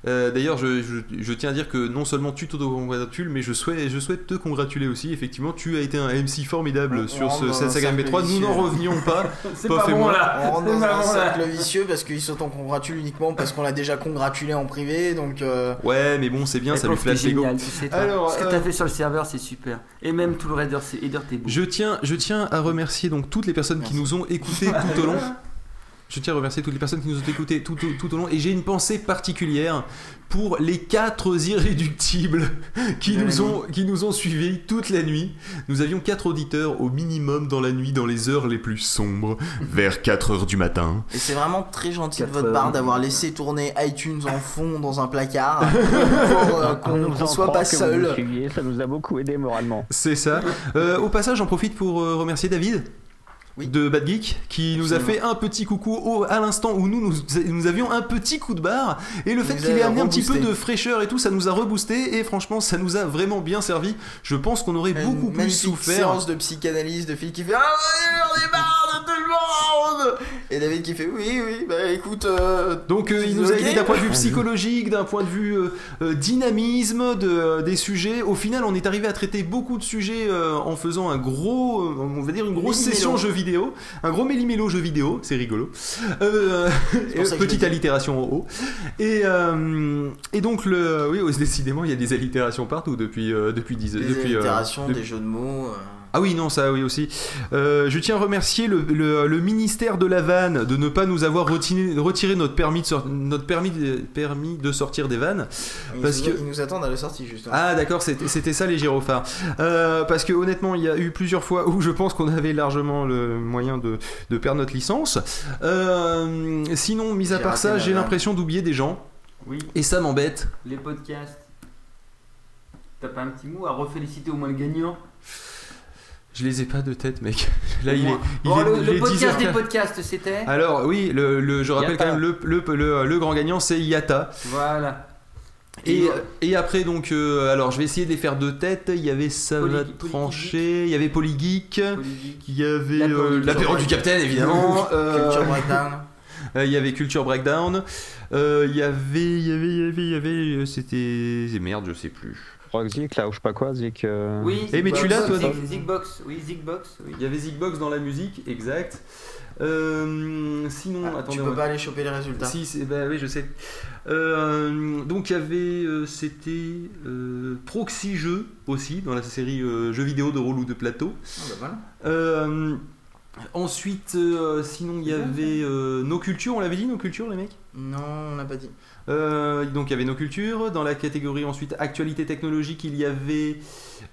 S2: Euh, D'ailleurs, je, je- je tiens à dire que non seulement tu t'auto-congratules, mais je souhaite, je souhaite te congratuler aussi. Effectivement, tu as été un MC formidable
S6: On- on
S2: sur ce,
S6: rentre dans
S2: cette
S6: un
S2: saga
S6: cercle
S2: MP3. Nous
S6: vicieux.
S2: n'en revenions pas.
S3: C'est
S2: Pof
S3: pas
S2: et
S3: bon
S2: moi.
S3: là.
S6: On rentre
S3: C'est
S6: dans
S3: pas bon,
S6: un
S3: là.
S6: cercle vicieux parce qu'ils s'auto-congratulent uniquement parce qu'on l'a déjà congratulé en privé donc. euh,
S2: Ouais, mais bon, c'est bien,
S3: Et
S2: ça lui
S3: prof, t'es
S2: flatte l'ego.
S3: Eh, génial, tu sais, toi.
S2: Alors,
S3: ce que
S2: euh,
S3: t'as fait sur le serveur, c'est super. Et même tout le raider, c'est Raider, t'es beau.
S2: Je tiens, je tiens à remercier donc toutes les personnes qui nous ont écoutés tout au long. Je tiens à remercier toutes les personnes qui nous ont écoutés tout, au- tout au long. Et j'ai une pensée particulière pour les quatre irréductibles qui
S6: De
S2: nous,
S6: la
S2: ont, qui nous ont suivis toute la nuit. Nous avions quatre auditeurs au minimum dans la nuit, dans les heures les plus sombres, vers 4 heures du matin.
S6: Et c'est vraiment très gentil de
S3: Quatre
S6: votre
S3: heures.
S6: part d'avoir laissé tourner iTunes en fond dans un placard pour euh,
S3: Ah,
S6: qu'on
S4: Ah, nous
S6: qu'on
S4: en
S6: soit
S4: croit
S6: pas
S4: que vous nous
S6: seul.
S4: suiviez, ça nous a beaucoup aidé moralement.
S2: C'est ça. Euh, au passage, j'en profite pour euh, remercier David.
S6: Oui.
S2: de Bad Geek qui nous a
S6: Absolument.
S2: fait un petit coucou au- à l'instant où nous, nous nous avions un petit coup de barre et le
S6: Il
S2: fait
S6: nous
S2: qu'il
S6: a
S2: ait amené un petit peu
S6: reboosté.
S2: de fraîcheur et tout ça nous a reboosté et franchement ça nous a vraiment bien servi je pense qu'on aurait beaucoup
S6: Une
S2: plus
S6: magnifique
S2: souffert
S6: séance de psychanalyse de Phil qui fait Ah, ouais, j'en ai marre de tout le monde Et David qui fait Oui, oui, bah écoute. euh,
S2: donc euh, il
S6: C'est
S2: nous a
S6: ok.
S2: aidé d'un point de vue psychologique d'un point de vue euh, euh, dynamisme de, euh, des sujets au final on est arrivé à traiter beaucoup de sujets euh, en faisant un gros euh, on va dire une grosse
S6: Méli-mélo.
S2: session jeux vidéo un gros méli-mélo jeu vidéo c'est rigolo Euh,
S6: pour ça que je l'ai
S2: petite
S6: dit.
S2: allitération en haut. Et, euh, et donc, le, oui, décidément, il y a des allitérations partout depuis, euh, depuis 10
S6: Des
S2: depuis, euh,
S6: allitérations,
S2: depuis-
S6: des jeux de mots. euh.
S2: Ah oui, non, ça, oui aussi. Euh, je tiens à remercier le, le- le ministère de la Vanne de ne pas nous avoir retiré, retiré notre, permis de sor- notre permis, de, permis de sortir des vannes.
S6: Ils
S2: Parce
S6: nous-
S2: que-
S6: Ils nous attendent à la sortie, justement.
S2: Ah d'accord, c'était c'était ça les gyrophares. Euh, parce que honnêtement, il y a eu plusieurs fois où je pense qu'on avait largement le moyen de, de perdre notre licence. Euh, sinon, mis à
S6: J'ai
S2: part
S6: raté
S2: ça,
S6: ma
S2: j'ai
S6: vanne.
S2: l'impression d'oublier des gens.
S3: Oui,
S2: Et ça m'embête.
S3: les podcasts. T'as pas un petit mot à reféliciter au moins le gagnant
S2: Je les ai pas de tête, mec. Là,
S3: Au
S2: il est,
S3: moins.
S2: il
S3: Bon,
S2: est,
S3: Oh, le,
S2: il
S3: le
S2: est
S3: podcast
S2: 10h04.
S3: des podcasts, c'était.
S2: Alors, oui, le, le- je rappelle
S4: Yata.
S2: quand même, le, le, le- le grand gagnant, c'est Yata.
S3: Voilà. euh,
S2: Et, euh, et après, donc, euh, alors, je vais essayer de les faire de tête. Il y avait Ça
S3: Poly-
S2: va
S3: Polygeek.
S2: trancher, il y avait Polygeek,
S3: Polygeek.
S2: il y avait
S3: L'apéro
S2: euh,
S3: du
S2: l'apéro
S3: Capitaine.
S2: du Capitaine, évidemment. euh,
S6: Culture Breakdown.
S2: euh, il y avait Culture Breakdown. euh, Il y avait, il y avait, il y avait, il y avait, euh, c'était. Merde, je sais plus.
S4: Roxy, là, ou je sais pas quoi, Zik. euh,
S3: Oui,
S2: Eh, mais
S3: Zigbox,
S2: tu l'as, toi,
S3: Zig-
S2: dans-
S3: Zigbox, oui, Zigbox, oui.
S2: Il y avait Zigbox dans la musique, exact. Euh, sinon,
S6: Ah,
S2: attendez,
S6: Tu
S2: on
S6: peux
S2: va-
S6: pas aller choper les résultats.
S2: Si, c'est- bah oui, je sais. Euh, donc il y avait, euh, c'était euh, Proxy Jeux aussi, dans la série euh, jeux vidéo de rôle ou de plateau.
S6: Ah, bah voilà.
S2: Euh, ensuite, euh, sinon il y avait euh, Nos Cultures, on l'avait dit, Nos Cultures les mecs
S6: Non, on l'a pas dit.
S2: Euh, donc il y avait nos cultures. Dans la catégorie ensuite actualité technologique, il y avait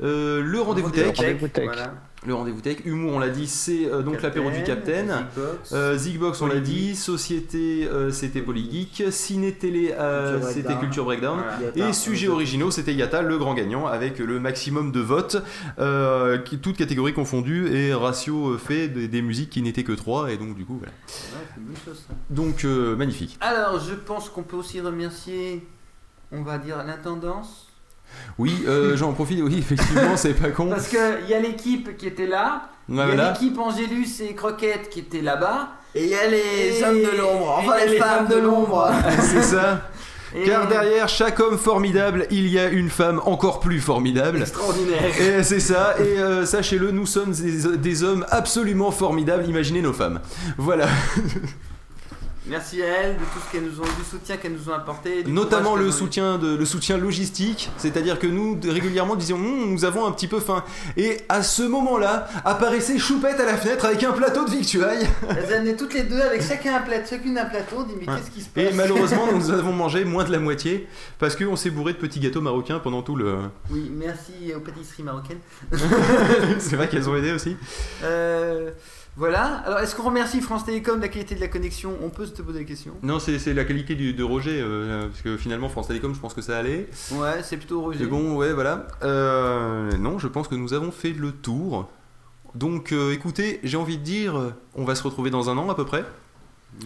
S2: euh, le rendez-vous tech.
S4: Rendez-vous tech.
S3: Voilà.
S2: Le rendez-vous tech. Humour, on l'a dit, c'est euh, donc l'apéro du Capitaine.
S3: Xbox.
S2: Euh, Zigbox, on l'a
S3: Polygeek.
S2: dit. Société, euh, c'était Polygeek. Ciné-télé, euh,
S6: Culture
S2: c'était
S6: Breakdown.
S2: Culture Breakdown.
S6: Voilà.
S2: Et sujets originaux, c'était Yata, le grand gagnant, avec le maximum de votes, euh, qui- toutes catégories confondues, et ratio euh, fait des, des musiques qui n'étaient que 3, et donc du coup, voilà.
S3: Ouais, c'est une bonne chose, ça.
S2: Donc, euh, magnifique.
S3: Alors, je pense qu'on peut aussi remercier, on va dire, l'intendance.
S2: Oui, euh, j'en profite, oui, effectivement, c'est pas con.
S3: Parce qu'il y a l'équipe qui était là, il y a
S2: Voilà.
S3: l'équipe Angélus et Croquette qui était là-bas.
S6: Et il y a les
S3: Et-
S6: hommes de l'ombre, enfin
S3: et
S6: les, femmes de l'ombre.
S2: C'est ça.
S3: Et- euh,
S2: Car derrière chaque homme formidable, il y a une femme encore plus formidable.
S3: Extraordinaire.
S2: Et c'est ça, et euh, sachez-le, nous sommes des, des hommes absolument formidables, imaginez nos femmes. Voilà,
S3: Merci à elles de tout ce qu'elles nous ont, du soutien qu'elles nous ont apporté. du
S2: notamment
S3: courage
S2: le
S3: qu'elles ont eu.
S2: soutien, de, le soutien logistique, c'est-à-dire que nous de- régulièrement disions Hum, nous avons un petit peu faim. Et à ce moment-là, apparaissait Choupette à la fenêtre avec un plateau de victuailles.
S3: Elles amenaient toutes les deux avec chacun un plateau, chacune un plateau. On dit mais
S2: Ouais.
S3: qu'est-ce qui se passe
S2: Et malheureusement, nous avons mangé moins de la moitié parce qu'on s'est bourré de petits gâteaux marocains pendant tout le.
S3: Oui, merci aux pâtisseries marocaines.
S2: c'est vrai qu'elles ont aidé aussi.
S3: Euh, voilà. Alors, est-ce qu'on remercie France Télécom de la qualité de la connexion On peut se te poser la question.
S2: Non, c'est c'est la qualité du- de Roger, euh, parce que finalement, France Télécom, je pense que ça allait.
S3: Ouais, c'est plutôt Roger.
S2: Mais bon, ouais, voilà. Euh, non, je pense que nous avons fait le tour. Donc, euh, écoutez, j'ai envie de dire, euh, on va se retrouver dans un an à peu près.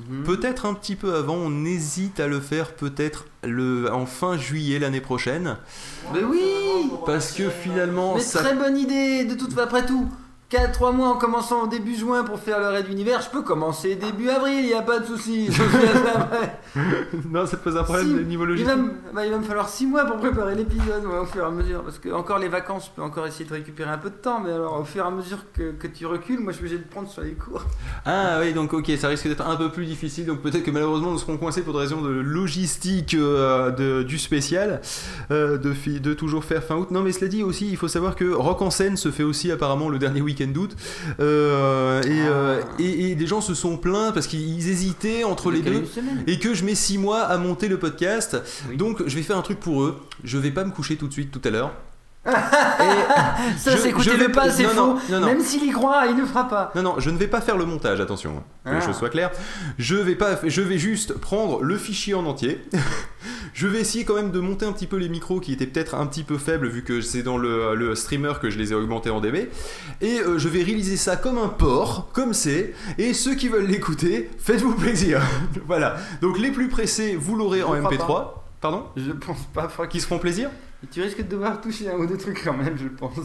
S3: Mhm.
S2: Peut-être un petit peu avant, on hésite à le faire peut-être le en fin juillet l'année prochaine.
S3: Mais oui
S2: Parce que finalement,
S3: Mais
S2: Oh, ça...
S3: très bonne idée De toute après tout 4-3 mois en commençant au début juin pour faire le raid univers, je peux commencer début avril, il n'y a pas de souci. Je suis à ça, ouais.
S2: non, ça te pose un problème
S3: Si,
S2: de niveau
S3: il,
S2: logistique.
S3: va me, bah, il va me falloir 6 mois pour préparer l'épisode ouais, au fur et à mesure. Parce que encore les vacances, je peux encore essayer de récupérer un peu de temps, mais alors au fur et à mesure que, que tu recules, moi je suis obligé de prendre sur les cours.
S2: Ah oui, donc ok, ça risque d'être un peu plus difficile, donc peut-être que malheureusement nous serons coincés pour des raisons de logistique euh, de- du spécial, euh, de, fi- de toujours faire fin août. Non mais cela dit aussi, il faut savoir que Rock en scène se fait aussi apparemment le dernier week-end d'août, Euh, et, euh, et, et des gens se sont plaints parce qu'ils hésitaient entre les
S3: Donc,
S2: deux.
S3: une semaine.
S2: Et que je mets 6 mois à monter le podcast.
S3: Oui.
S2: Donc je vais faire un truc pour eux. Je vais pas me coucher tout de suite tout à l'heure. Et
S3: Ça,
S2: je-
S3: c'est
S2: je
S3: écoutez-le
S2: vais-
S3: pas, c'est
S2: non, non,
S3: faux.
S2: non, non.
S3: Même s'il y croit, il ne fera pas.
S2: Non, non, je ne vais pas faire le montage, attention, hein, que les
S3: Ah.
S2: choses soient claires. Je vais, pas, je vais juste prendre le fichier en entier. je vais essayer quand même de monter un petit peu les micros qui étaient peut-être un petit peu faibles vu que c'est dans le, le streamer que je les ai augmentés en dB. Et euh, je vais réaliser ça comme un port, comme c'est. Et ceux qui veulent l'écouter, faites-vous plaisir. voilà. Donc les plus pressés, vous l'aurez
S3: Je
S2: en
S3: crois
S2: MP3. Pardon
S3: Je pense pas, Franck.
S2: Qui se font plaisir
S3: Tu risques de devoir toucher un ou deux trucs quand même, je pense.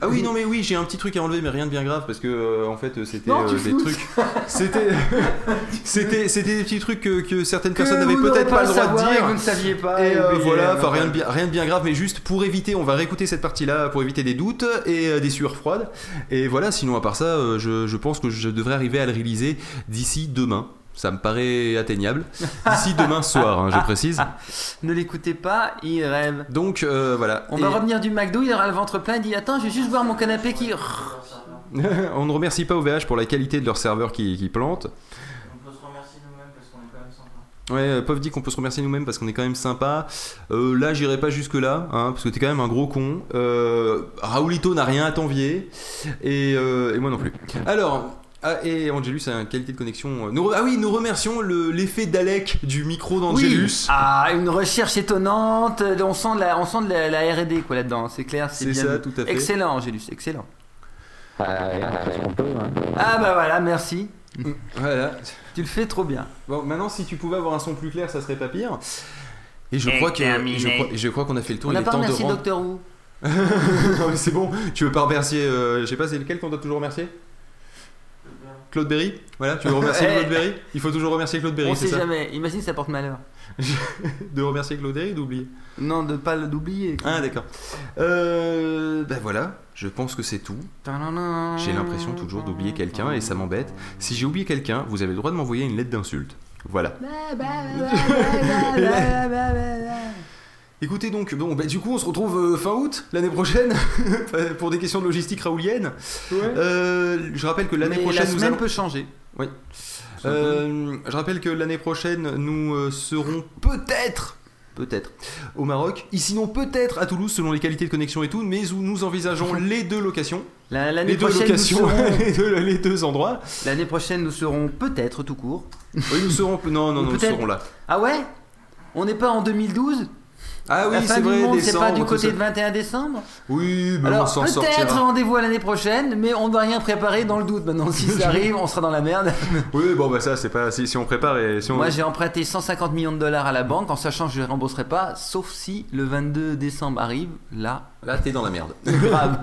S2: Ah oui, non mais oui, j'ai un petit truc à enlever, mais rien de bien grave parce que euh, en fait euh, c'était
S3: Non, tu
S2: euh, des
S3: floues.
S2: trucs, c'était, c'était, c'était des petits trucs que, que certaines personnes
S3: Que
S2: n'avaient
S3: vous
S2: peut-être
S3: n'aurez
S2: pas le droit de
S3: savoir et
S2: dire.
S3: vous ne saviez pas.
S2: Et euh,
S3: oubliez,
S2: voilà,
S3: euh,
S2: enfin rien de bien, rien de bien grave, mais juste pour éviter, on va réécouter cette partie-là pour éviter des doutes et euh, des sueurs froides. Et voilà, sinon à part ça, euh, je, je pense que je devrais arriver à le réaliser d'ici demain. Ça me paraît atteignable. D'ici demain soir, hein, je précise.
S3: Ne l'écoutez pas, il rêve.
S2: Donc euh, voilà.
S3: On
S2: Et-
S3: va revenir du McDo, il aura le ventre plein, il dit Attends, je vais juste voir mon canapé qui.
S2: on ne remercie pas OVH pour la qualité de leur serveur qui, qui plante.
S6: On peut se remercier nous-mêmes parce qu'on est quand même sympa.
S2: Ouais, euh, Pof dit qu'on peut se remercier nous-mêmes parce qu'on est quand même sympa. Euh, là, j'irai pas jusque-là, hein, parce que t'es quand même un gros con. Euh, Raoulito n'a rien à t'envier. Et, euh, et moi non plus. Alors. ah, et Angelus a une qualité de connexion. euh, nous re- ah oui, nous remercions le- l'effet Dalek du micro d'Angelus.
S3: Ah, une recherche étonnante. On sent de la, on sent de la, la RD quoi là-dedans, c'est clair, c'est
S2: C'est
S3: bien.
S2: ça, tout à fait.
S3: Excellent, Angélus, excellent.
S4: Ah, parce qu'on peut, hein.
S3: Ah bah voilà, merci.
S2: Voilà.
S3: Tu le fais trop bien.
S2: Bon, maintenant, si tu pouvais avoir un son plus clair, ça serait pas pire. Et je crois que
S7: terminé.
S2: je crois, je crois qu'on a fait le tour.
S3: on
S2: il
S3: n'a
S2: est
S3: pas
S2: temps de
S3: remercié
S2: rendre-
S3: Docteur Who.
S2: Non, mais c'est bon, tu veux pas remercier, euh, je sais pas, c'est lequel qu'on doit toujours remercier Claude Berry Voilà, tu veux remercier Claude Berry Il faut toujours remercier Claude
S3: On
S2: Berry, c'est
S3: sait
S2: ça
S3: jamais. Imagine, ça porte malheur.
S2: De remercier Claude Berry, d'oublier.
S3: Non, de pas le- d'oublier. quoi.
S2: Ah, d'accord. Euh, ben voilà, je pense que c'est tout. J'ai l'impression toujours d'oublier quelqu'un et ça m'embête. Si j'ai oublié quelqu'un, vous avez le droit de m'envoyer une lettre d'insulte. Voilà.
S3: Bah,
S2: Écoutez donc, bon, ben, du coup, on se retrouve euh, fin août l'année prochaine pour des questions de logistique raoulienne. Euh, je rappelle que l'année
S3: Mais
S2: prochaine,
S3: la
S2: nous
S3: semaine
S2: allons.
S3: peut changer.
S2: Euh, je rappelle que l'année prochaine, nous euh, serons peut-être, peut-être, au Maroc. Et sinon, peut-être à Toulouse, selon les qualités de connexion et tout. Mais où nous envisageons les deux locations.
S3: La- L'année
S2: Les deux
S3: prochaine, nous
S2: locations,
S3: serons-
S2: les, deux, les deux endroits.
S3: l'année prochaine, nous serons peut-être tout court.
S2: Oui, nous serons. Non,
S3: Ou
S2: non, non, nous
S3: peut-être-
S2: serons là.
S3: Ah ouais On n'est pas en 2012
S2: Ah oui,
S3: La fin
S2: c'est
S3: du
S2: vrai,
S3: monde, c'est pas
S2: décembre,
S3: du
S2: tout
S3: côté
S2: ça.
S3: de 21 décembre
S2: Oui, mais on
S3: Alors,
S2: s'en sortira.
S3: peut-être hein. rendez-vous à l'année prochaine, mais on ne va rien préparer dans le doute maintenant. Si ça arrive, on sera dans la merde.
S2: Oui, bon, bah ça, c'est pas. Si, si on prépare et si on.
S3: Moi, j'ai emprunté 150 millions de dollars à la banque en sachant que je ne les rembourserai pas, sauf si le 22 décembre arrive. Là,
S2: Là, t'es dans la merde.
S3: grave.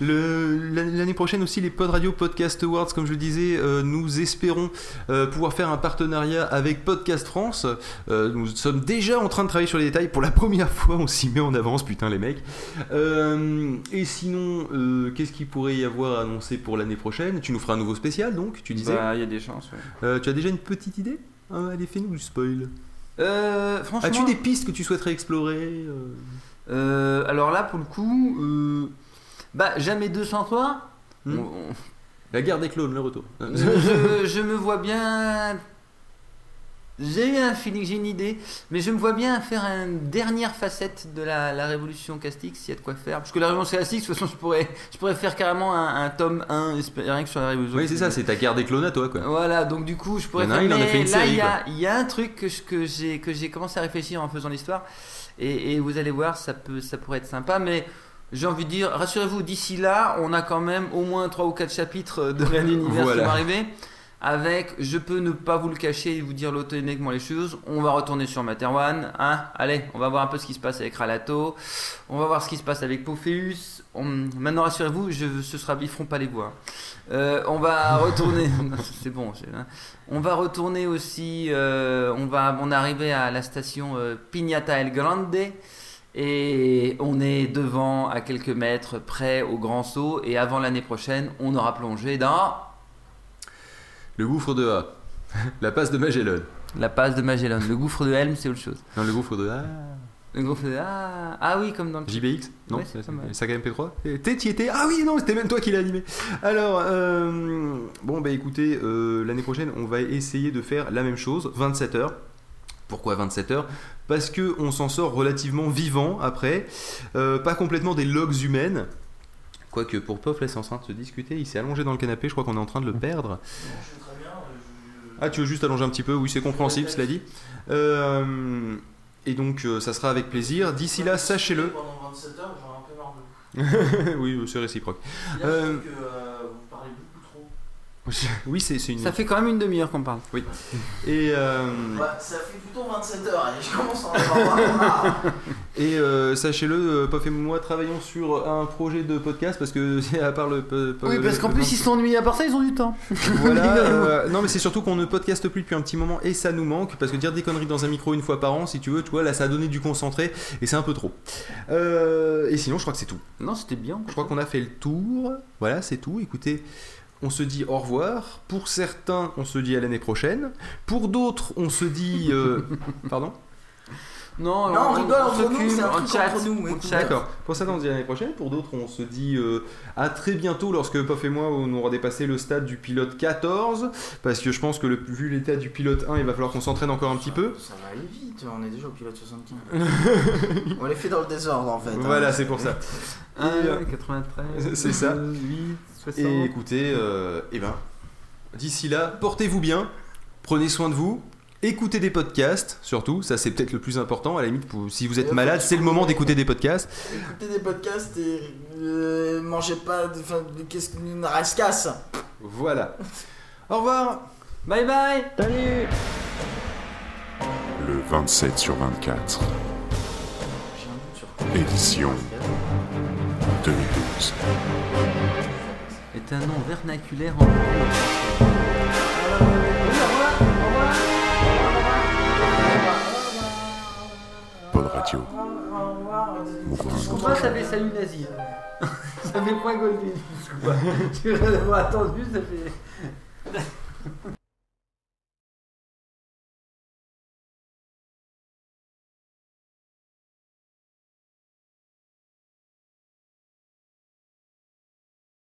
S2: Le- L'année prochaine aussi, les Pod Radio Podcast Awards, comme je le disais, euh, nous espérons euh, pouvoir faire un partenariat avec Podcast France. Euh, nous sommes déjà en train de travailler sur les détails. Pour la première fois, on s'y met en avance, putain, les mecs. Euh, et sinon, euh, qu'est-ce qu'il pourrait y avoir annoncé pour l'année prochaine Tu nous feras un nouveau spécial, donc, tu disais.
S5: Bah, il y a des chances, ouais.
S2: Euh, tu as déjà une petite idée Ah, Allez, fais-nous du spoil.
S3: Euh, franchement,
S2: As-tu des pistes que tu souhaiterais explorer euh
S3: euh, alors là, pour le coup, euh, bah, jamais 203.
S2: Hmm.
S3: On- on-
S2: La guerre des clones, le retour.
S3: Hum. je, je me vois bien. J'ai un feeling, j'ai une idée, mais je me vois bien faire une dernière facette de la, la révolution Castix, s'il y a de quoi faire. Parce que la révolution Castix, de toute façon, je pourrais, je pourrais faire carrément un, un tome 1, espé- rien que sur la révolution.
S2: oui, c'est ça, c'est ta guerre des clones à toi, quoi.
S3: Voilà, donc du coup, je pourrais
S2: Il y en a un, il en a
S3: mais
S2: fait une
S3: là,
S2: série,
S3: il y, a, il y a un truc que je- que j'ai que j'ai commencé à réfléchir en faisant l'histoire, et, et vous allez voir, ça peut ça pourrait être sympa, mais j'ai envie de dire, rassurez-vous, d'ici là, on a quand même au moins trois ou quatre chapitres de Rien Univers
S2: Voilà.
S3: qui vont arriver. Avec, je peux ne pas vous le cacher et vous dire l'autonéquement les choses. On va retourner sur Materwan. Hein Allez, on va voir un peu ce qui se passe avec Ralato. On va voir ce qui se passe avec Pophéus. On- Maintenant, rassurez-vous, je... ce sera... ils feront pas les voix. Euh, on va retourner. c'est bon. c'est- hein. On va retourner aussi. euh, on va. On est arrivé à la station euh, Pignata El Grande. Et on est devant, à quelques mètres, près au grand saut. Et avant l'année prochaine, on aura plongé dans
S2: Le gouffre de A. La passe de Magellan.
S3: la passe de Magellan. Le gouffre de Helm, c'est autre chose.
S2: Non, le gouffre de A.
S3: Le gouffre de. Ah, ah oui, comme dans le.
S2: JBX Non,
S3: Ouais, c'est
S2: c'est
S3: pas mal.
S2: MP3 Et T'es, t'y étais Ah oui, non, c'était même toi qui l'as animé. Alors, euh, bon, bah écoutez, euh, l'année prochaine, on va essayer de faire la même chose, 27 heures. Pourquoi 27 heures Parce que on s'en sort relativement vivant après, euh, pas complètement des logs humaines. Quoique pour Poff, là, c'est en train de hein, se discuter, il s'est allongé dans le canapé, je crois qu'on est en train de le
S3: Mmh.
S2: perdre. Ah, tu veux juste allonger un petit peu Oui, c'est compréhensible, cela dit. Euh, et donc, euh, ça sera avec plaisir. D'ici là, sachez-le.
S6: Pendant 27 heures, j'en ai un peu marre de vous.
S2: oui, c'est réciproque.
S6: Il y a
S2: Euh,
S6: que euh, vous parlez beaucoup trop.
S2: Oui, c'est c'est une.
S3: Ça fait quand même une demi-heure qu'on parle.
S2: Et, euh,
S6: Bah, ça fait plutôt 27 heures et je commence à en avoir marre.
S2: et euh, sachez-le, euh, Pof et moi travaillons sur un projet de podcast parce que, à part le. po- po-
S3: Oui, parce
S2: le-
S3: qu'en plus, ils s'ennuient. À part ça, ils ont du temps.
S2: Euh, Voilà, euh, non, mais c'est surtout qu'on ne podcaste plus depuis un petit moment et ça nous manque parce que dire des conneries dans un micro une fois par an, si tu veux, tu vois, là ça a donné du concentré et c'est un peu trop. Euh, et sinon, je crois que c'est tout.
S3: Non, c'était bien.
S2: Je crois qu'on a fait le tour. Voilà, c'est tout. Écoutez, on se dit au revoir. Pour certains, on se dit à l'année prochaine. Pour d'autres, on se dit. euh, Pardon
S3: Non,
S6: Non, on rigole entre nous,
S3: s'occupe,
S6: c'est un
S3: on
S6: truc
S3: chatte,
S6: entre nous,
S3: on
S6: écoute.
S3: chatte.
S2: D'accord. Pour ça, on se dit à l'année prochaine. Pour d'autres, on se dit euh, à très bientôt lorsque Puff et moi, on aura dépassé le stade du pilote 14. Parce que je pense que le, vu l'état du pilote 1, il va falloir qu'on s'entraîne encore un petit peu.
S6: Ça va aller vite, on est déjà au pilote 75. on les fait dans le désordre en fait. hein.
S2: Voilà, c'est pour ça.
S3: Un, 93.
S2: euh, C'est ça.
S3: 8, 60.
S2: Et écoutez, euh, eh ben, d'ici là, portez-vous bien, prenez soin de vous. Écoutez des podcasts, surtout, ça c'est peut-être le plus important. À la limite, pour- si vous êtes malade, c'est le moment d'écouter des podcasts.
S6: Écoutez des podcasts et euh, mangez pas de. Enfin, de- qu'est-ce qu'une rascasse
S2: Voilà. Au revoir.
S3: Bye bye.
S4: Salut
S1: Le 27 sur 24,
S6: J'ai un doute sur
S1: édition 2012.
S3: Est un nom vernaculaire en.
S1: Pod Radio. Mourin, un autre
S3: Moi, ça
S1: jour.
S3: fait salut nazi. ça fait point Goldwyn. Tu aurais attendu, ça fait.